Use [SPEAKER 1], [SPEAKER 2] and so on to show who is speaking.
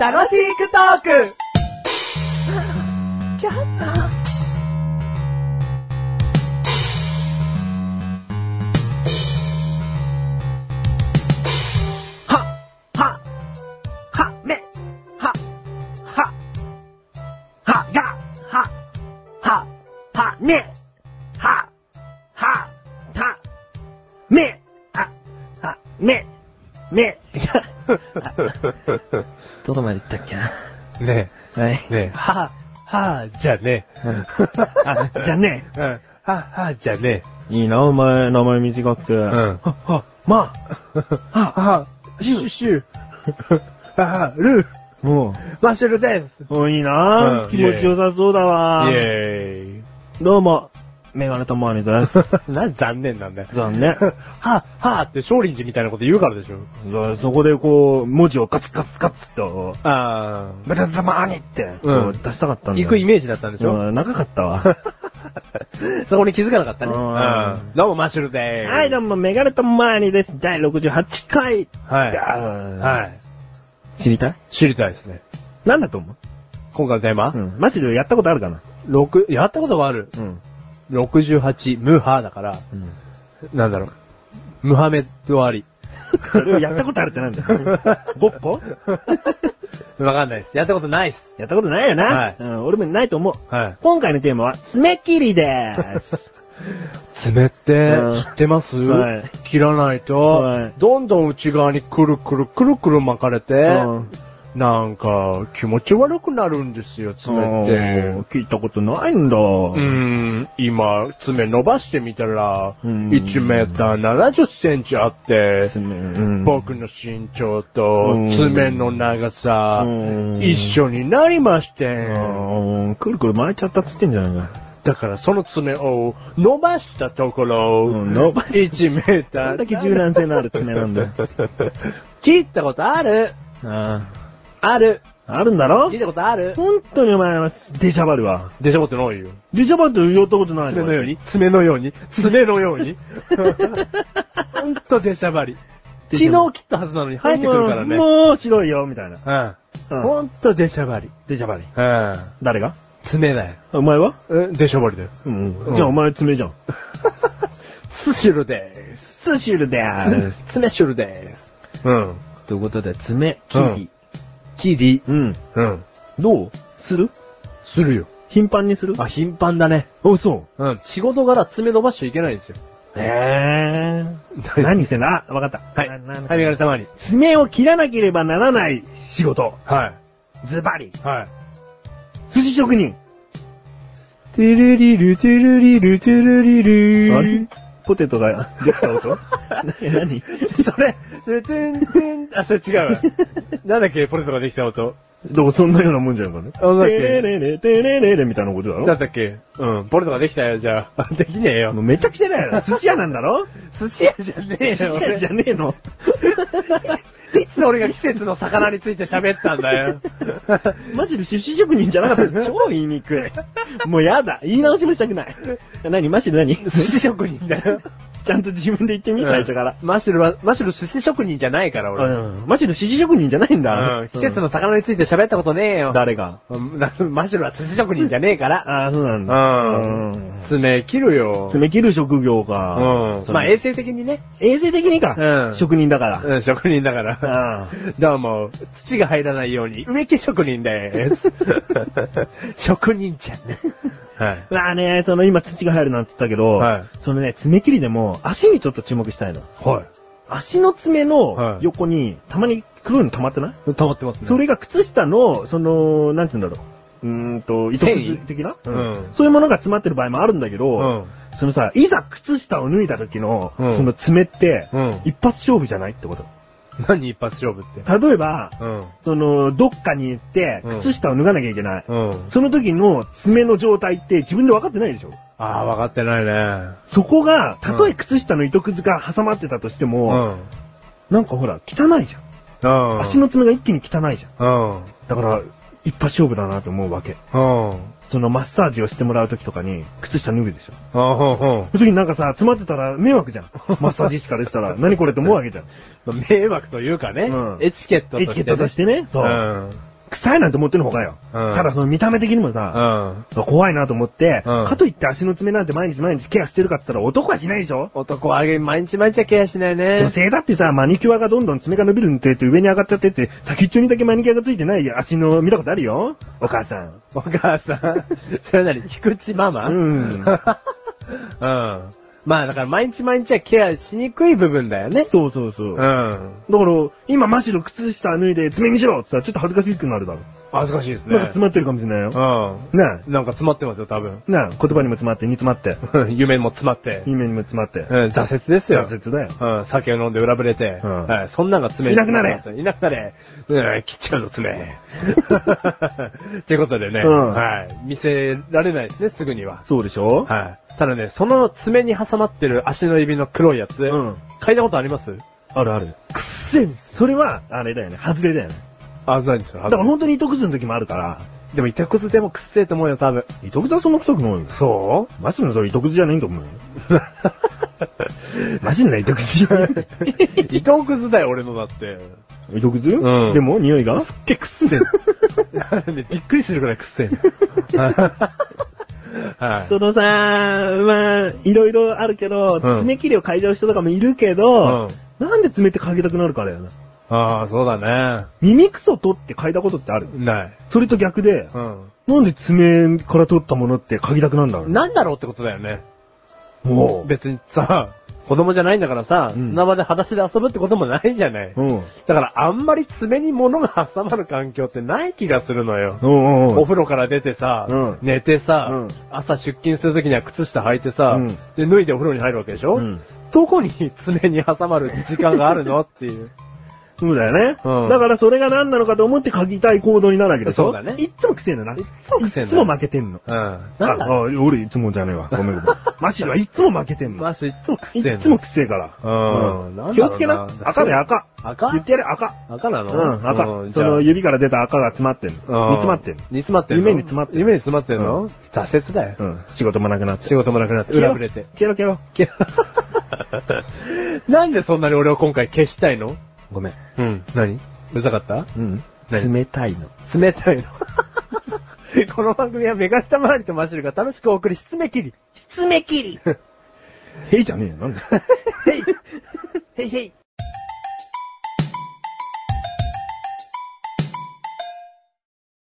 [SPEAKER 1] 楽しくトー クは、は、は、め、は、は、は、が、は、は、は、ね、は、は、た、め、あ、あ、め、め、どこまで行ったっけな。
[SPEAKER 2] ね
[SPEAKER 1] はい。
[SPEAKER 2] え、ねえ、はあ、はあ、じゃねえ。
[SPEAKER 1] あ、じゃね
[SPEAKER 2] うん。はあ、はあ、じゃね
[SPEAKER 1] え。いいな、お前、名前短くて。
[SPEAKER 2] え。う
[SPEAKER 1] は、
[SPEAKER 2] ん。
[SPEAKER 1] は、ま、は、は、しゅ、しゅ。
[SPEAKER 2] あ、ルー、
[SPEAKER 1] も
[SPEAKER 2] マッシュルです。
[SPEAKER 1] う、おいいな、
[SPEAKER 2] うん
[SPEAKER 1] 気持ちよさそうだ
[SPEAKER 2] イ
[SPEAKER 1] わ。
[SPEAKER 2] ェーイ。
[SPEAKER 1] どうも、メガネとマーニです。
[SPEAKER 2] なんで残念なんだよ。
[SPEAKER 1] 残念。
[SPEAKER 2] はあ、はあって少林寺みたいなこと言うからでし ょ。
[SPEAKER 1] そこでこう、文字をカツカツカツと、
[SPEAKER 2] あ
[SPEAKER 1] メガネとマーニって、こ
[SPEAKER 2] うん
[SPEAKER 1] う出したかった
[SPEAKER 2] あ。
[SPEAKER 1] んだ
[SPEAKER 2] 行くイ
[SPEAKER 1] メ
[SPEAKER 2] メージだったんでしょ
[SPEAKER 1] 長かったわ。
[SPEAKER 2] そこに気づかなかったね。
[SPEAKER 1] う
[SPEAKER 2] うんん。どうも、マッシュルでーす。
[SPEAKER 1] はい、どうも、メガネとマーニです。第68回。
[SPEAKER 2] は
[SPEAKER 1] あ
[SPEAKER 2] い。
[SPEAKER 1] ー
[SPEAKER 2] はい。
[SPEAKER 1] 知りたい
[SPEAKER 2] 知りたいですね。
[SPEAKER 1] なんだと思う
[SPEAKER 2] 今回のテーマ
[SPEAKER 1] ん。マジでやったことあるかな
[SPEAKER 2] 六やったことはある。
[SPEAKER 1] うん。
[SPEAKER 2] 68、ムハだから、
[SPEAKER 1] うん。
[SPEAKER 2] なんだろう。ムハメドアリ。
[SPEAKER 1] それをやったことあるってなんだよ。 ごっぽ
[SPEAKER 2] わかんないです。やったことないです。
[SPEAKER 1] やったことないよな。
[SPEAKER 2] はい
[SPEAKER 1] うん、俺もないと思う。
[SPEAKER 2] はい。
[SPEAKER 1] 今回のテーマは、爪切りです。
[SPEAKER 2] 爪って
[SPEAKER 1] うん
[SPEAKER 2] 知ってます、
[SPEAKER 1] はい
[SPEAKER 2] 切らないと、
[SPEAKER 1] はい
[SPEAKER 2] どんどん内側にくるくるくるくる巻かれて、
[SPEAKER 1] うん
[SPEAKER 2] なんか気持ち悪くなるんですよ、爪
[SPEAKER 1] うん
[SPEAKER 2] って。
[SPEAKER 1] 聞いたことないんだ。
[SPEAKER 2] うーん、今、爪伸ばしてみたら、
[SPEAKER 1] うん
[SPEAKER 2] 1メーター70センチあって、
[SPEAKER 1] 爪、うん
[SPEAKER 2] 僕の身長と
[SPEAKER 1] うん
[SPEAKER 2] 爪の長さ、
[SPEAKER 1] うん
[SPEAKER 2] 一緒になりましてん。
[SPEAKER 1] うんくるくる巻いちゃったっつってんじゃないか。
[SPEAKER 2] だからその爪を伸ばしたところ、
[SPEAKER 1] うん伸ばし
[SPEAKER 2] 1メーター。
[SPEAKER 1] どんだけ柔軟性のある爪なんだよ。
[SPEAKER 2] 切ったことある
[SPEAKER 1] あ
[SPEAKER 2] ある。
[SPEAKER 1] あ。あるんだろ
[SPEAKER 2] 切ったことある
[SPEAKER 1] 本当にお前は出しゃばるわ。
[SPEAKER 2] でしょことないよ。
[SPEAKER 1] 出しゃばって言ったことない
[SPEAKER 2] 爪のように爪のように爪のようにほんと出しゃばり。
[SPEAKER 1] 出
[SPEAKER 2] 昨
[SPEAKER 1] しゃ
[SPEAKER 2] 日
[SPEAKER 1] ばり
[SPEAKER 2] 切ったはずなのに生えてくるからね。
[SPEAKER 1] もう白いよ、みたいな。う
[SPEAKER 2] う。
[SPEAKER 1] んん
[SPEAKER 2] ほんと出しゃばり。
[SPEAKER 1] 出しゃばり。
[SPEAKER 2] うん。
[SPEAKER 1] 誰が
[SPEAKER 2] 爪だよ。
[SPEAKER 1] お前は
[SPEAKER 2] うん、出しゃばりだよ。
[SPEAKER 1] うん
[SPEAKER 2] うん
[SPEAKER 1] じゃあお前爪じゃん。
[SPEAKER 2] スシルでーす。
[SPEAKER 1] スシルでーす。
[SPEAKER 2] 爪シュルでーす。うん。
[SPEAKER 1] ということで、爪切り。
[SPEAKER 2] 切り。
[SPEAKER 1] うん。
[SPEAKER 2] うん。
[SPEAKER 1] どうする
[SPEAKER 2] するよ。
[SPEAKER 1] 頻繁にする
[SPEAKER 2] あ、頻繁だね。
[SPEAKER 1] お、そ
[SPEAKER 2] うん。仕事柄爪伸ばしちゃいけないんですよ。
[SPEAKER 1] う。えー。 何せな、あわかった。
[SPEAKER 2] はい。
[SPEAKER 1] な
[SPEAKER 2] はい
[SPEAKER 1] な、
[SPEAKER 2] メガネたまに。
[SPEAKER 1] 爪を切らなければならない仕事。
[SPEAKER 2] はい。
[SPEAKER 1] ズバリ。
[SPEAKER 2] はい。
[SPEAKER 1] 寿司職人。
[SPEAKER 2] トゥルリル、トゥルリル、トゥルリル。
[SPEAKER 1] あれポテトが できた音何
[SPEAKER 2] それ、それ、トゥントゥン、あ、それ 違うわ。なんだっけ、ポテトができた音。
[SPEAKER 1] どうそんなようなもんじゃんかね。
[SPEAKER 2] あなんだっけ
[SPEAKER 1] てれれれ、てれれれみたいなことだ
[SPEAKER 2] なん
[SPEAKER 1] ろ
[SPEAKER 2] だっけ、うん、ポテトができたよ、じゃあ。できねえ
[SPEAKER 1] も
[SPEAKER 2] よ。
[SPEAKER 1] うめちゃくちゃだよ。寿司屋なんだ ろ
[SPEAKER 2] 寿司屋じゃね
[SPEAKER 1] 寿司屋じゃねえの。
[SPEAKER 2] いつ俺が季節の魚について喋ったんだよ。
[SPEAKER 1] マジで寿司職人じゃなか った。超言いにくい。もうやだ。言い直しもしたくない。何マジで何
[SPEAKER 2] 寿司職人だよ。
[SPEAKER 1] ちゃんと自分で言ってみ、最初から。
[SPEAKER 2] マシュルは、マシュル寿司職人じゃないから、
[SPEAKER 1] う
[SPEAKER 2] 俺。
[SPEAKER 1] ん。マジで寿司職人じゃないんだ。
[SPEAKER 2] うん、季節の魚について喋ったことねえ
[SPEAKER 1] うん
[SPEAKER 2] よ。
[SPEAKER 1] 誰が
[SPEAKER 2] うんなマシュルは寿司職人じゃねえから。
[SPEAKER 1] ああ、そうなんだ。
[SPEAKER 2] うん。爪切るよ。
[SPEAKER 1] 爪切る職業か。
[SPEAKER 2] うん。まあ衛
[SPEAKER 1] 衛
[SPEAKER 2] 生的にね。
[SPEAKER 1] 衛生的にか。
[SPEAKER 2] うん
[SPEAKER 1] 職人だから。
[SPEAKER 2] うん、職人だから。
[SPEAKER 1] あ
[SPEAKER 2] どうも、土が入らないように植木職人 です。職人ちゃんね。はい。
[SPEAKER 1] まあね、その今土が入るなんて言ったけど、
[SPEAKER 2] はい
[SPEAKER 1] そのね、爪切りでも足にちょっと注目したいの。
[SPEAKER 2] は
[SPEAKER 1] 足の爪
[SPEAKER 2] はい
[SPEAKER 1] の横に、たまに黒いの溜まってない、
[SPEAKER 2] い。溜まってますね。
[SPEAKER 1] それが靴下の、その、なんて言うんだろう。うーんと、糸
[SPEAKER 2] 繊維
[SPEAKER 1] くず的な、
[SPEAKER 2] うん
[SPEAKER 1] そういうものが詰まってる場合もあるんだけど、
[SPEAKER 2] うん。
[SPEAKER 1] そのさ、いざ靴下を脱いだ時の、
[SPEAKER 2] うん
[SPEAKER 1] その爪って、
[SPEAKER 2] うん
[SPEAKER 1] 一発勝負じゃないってこと。
[SPEAKER 2] 何一発勝負って。
[SPEAKER 1] 例えば、
[SPEAKER 2] うん。
[SPEAKER 1] その、どっかに行って、
[SPEAKER 2] うん
[SPEAKER 1] 靴下を脱がなきゃいけない。
[SPEAKER 2] うん。
[SPEAKER 1] その時の爪の状態って自分で分かってないでしょ
[SPEAKER 2] ああ、分かってないね。
[SPEAKER 1] そこが、たとえ靴下の糸くずが挟まってたとして
[SPEAKER 2] う
[SPEAKER 1] も、
[SPEAKER 2] ん。
[SPEAKER 1] なんかほら、汚いじゃん。
[SPEAKER 2] うん。
[SPEAKER 1] 足の爪が一気に汚いじゃん。
[SPEAKER 2] うん。
[SPEAKER 1] だから、一発勝負だなと思うわけ。
[SPEAKER 2] うん。
[SPEAKER 1] そのマッサージをしてもらう時とかに、靴下脱ぐでしょ。
[SPEAKER 2] ああ、ほんほん。
[SPEAKER 1] その時になんかさ、詰まってたら迷惑じゃ ん。マッサージ師からしたら、何これって思うわけじゃん。
[SPEAKER 2] まあ迷惑というかね、
[SPEAKER 1] うん
[SPEAKER 2] エチケットとして、
[SPEAKER 1] エ
[SPEAKER 2] ね。
[SPEAKER 1] チケットとしてね、
[SPEAKER 2] う
[SPEAKER 1] そう。
[SPEAKER 2] ん。
[SPEAKER 1] 臭いなんて思ってるのほかよ。
[SPEAKER 2] うん
[SPEAKER 1] ただその見た目的にも
[SPEAKER 2] う
[SPEAKER 1] さ、
[SPEAKER 2] ん。
[SPEAKER 1] 怖いなと思って、
[SPEAKER 2] うん
[SPEAKER 1] かといって足の爪なんて毎日毎日ケアしてるかって言ったら男はしないでしょ
[SPEAKER 2] 男は毎日毎日はケアしないね。
[SPEAKER 1] 女性だってさ、マニキュアがどんどん爪が伸びるんでって上に上がっちゃってって、先っちょにだけマニキュアがついてない足の見たことあるよお母さん。
[SPEAKER 2] お母さん。それなり、菊池ママ
[SPEAKER 1] うん。
[SPEAKER 2] うん。まあだから毎日毎日はケアしにくい部分だよね。
[SPEAKER 1] そうそうそう。
[SPEAKER 2] う
[SPEAKER 1] だか
[SPEAKER 2] ん。
[SPEAKER 1] ら、今マシの靴下脱いで爪にしろって言ったらちょっと恥ずかしくなるだろ。
[SPEAKER 2] 恥ずかしいです
[SPEAKER 1] なんか詰まってるかもしれないよ。
[SPEAKER 2] う
[SPEAKER 1] なあ、
[SPEAKER 2] ん。なんか詰まってますよ、多分。
[SPEAKER 1] なあ、言葉にも詰まって、煮詰まって、
[SPEAKER 2] 夢も詰まって。
[SPEAKER 1] 夢にも詰まって、
[SPEAKER 2] うん、挫折ですよ。
[SPEAKER 1] 挫折だよ。
[SPEAKER 2] うん、酒を飲んで裏ぶれて。
[SPEAKER 1] うん
[SPEAKER 2] はい、そんなんが爪
[SPEAKER 1] いなくなれ
[SPEAKER 2] いなくなれうん、切っちゃうぞ、 爪。ってことでね、
[SPEAKER 1] うん
[SPEAKER 2] はい。見せられないですね、すぐには。
[SPEAKER 1] そうでしょ
[SPEAKER 2] はい。ただね、その爪に挟まってる足の指の黒いやつ、
[SPEAKER 1] うん。
[SPEAKER 2] 嗅いだことあります
[SPEAKER 1] あるある。くっせんそれは、あれだよね。外れだよね。
[SPEAKER 2] あ、ないんですよ。
[SPEAKER 1] だから本当に糸くずの時もあるから、
[SPEAKER 2] でも、糸くずでもくっせえと思うよ、多分。
[SPEAKER 1] 糸くずはそんな臭くないよ。
[SPEAKER 2] そ
[SPEAKER 1] マシのそれ糸くずじゃないと思うよ。 マシのな糸くずじゃない。
[SPEAKER 2] う糸くずだよ、俺のだって。
[SPEAKER 1] 糸くず
[SPEAKER 2] うん
[SPEAKER 1] でも、匂いが
[SPEAKER 2] すっげえくっせえの。 ねびっくりするくらいくっせえ の。はい。
[SPEAKER 1] そのさ、まあ、いろいろあるけど、爪切りを嗅いじゃう人とかもいるけど、なんで爪って嗅ぎたくなるからよな。
[SPEAKER 2] ああ、そうだね。
[SPEAKER 1] 耳くそ取って嗅いだことってある
[SPEAKER 2] ない。
[SPEAKER 1] それと逆で、
[SPEAKER 2] うん。
[SPEAKER 1] なんで爪から取ったものって嗅ぎたくなるんだろうね。
[SPEAKER 2] なんだろうってことだよね。
[SPEAKER 1] も
[SPEAKER 2] 別にさ、子供じゃないんだからさ、
[SPEAKER 1] うん
[SPEAKER 2] 砂場で裸足で遊ぶってこともないじゃない。
[SPEAKER 1] う。うん。
[SPEAKER 2] だからあんまり爪に物が挟まる環境ってない気がするのよ。
[SPEAKER 1] うんうんうん。
[SPEAKER 2] お風呂から出てさ、
[SPEAKER 1] うん
[SPEAKER 2] 寝てさ、
[SPEAKER 1] うん
[SPEAKER 2] 朝出勤するときには靴下履いてさ、
[SPEAKER 1] うん
[SPEAKER 2] で、脱いでお風呂に入るわけでしょ、
[SPEAKER 1] うん
[SPEAKER 2] どこに爪に挟まる時間があるのって いう。
[SPEAKER 1] そうだよね。
[SPEAKER 2] うん
[SPEAKER 1] だからそれが何なのかと思って嗅ぎたい行動になるわけでしょ
[SPEAKER 2] そうだね
[SPEAKER 1] いっつもくせえのな。いっ
[SPEAKER 2] つもくせえの
[SPEAKER 1] つも負けてんの。
[SPEAKER 2] うん。なん
[SPEAKER 1] あ
[SPEAKER 2] だ
[SPEAKER 1] あ、俺いつもじゃねえ わ。ごめんごめん。マシルはいっつも負けてんの。
[SPEAKER 2] マッシュいつもくせ
[SPEAKER 1] い
[SPEAKER 2] えの。
[SPEAKER 1] っつもくせえから。
[SPEAKER 2] うん
[SPEAKER 1] うん
[SPEAKER 2] なんだろうな
[SPEAKER 1] 気をつけな。赤だよ、赤。
[SPEAKER 2] 赤
[SPEAKER 1] 言ってやれ、赤。
[SPEAKER 2] 赤なの
[SPEAKER 1] うん、赤。
[SPEAKER 2] じ
[SPEAKER 1] そ
[SPEAKER 2] ゃあ
[SPEAKER 1] の指から出た赤が詰まってんの。
[SPEAKER 2] う
[SPEAKER 1] 煮
[SPEAKER 2] ん
[SPEAKER 1] 詰まってんの。
[SPEAKER 2] 煮詰まってんの
[SPEAKER 1] 夢に詰まってんの
[SPEAKER 2] 夢に詰まってんの、
[SPEAKER 1] う
[SPEAKER 2] 挫折だよ、
[SPEAKER 1] うん。仕事もなくなって。
[SPEAKER 2] 仕事もなくなって、裏ぶれて。。
[SPEAKER 1] ケロケロ。
[SPEAKER 2] けなんでそんなに俺を今回消したいの
[SPEAKER 1] ごめん。
[SPEAKER 2] うん。何うざかった
[SPEAKER 1] うん。
[SPEAKER 2] 何
[SPEAKER 1] 冷たいの。
[SPEAKER 2] 冷たいの。この番組はメガネタ周りとマシュルが楽しくお送り、失め切り。
[SPEAKER 1] 爪切り。へいじゃねえよ、なんだ。
[SPEAKER 2] へい。へいへい。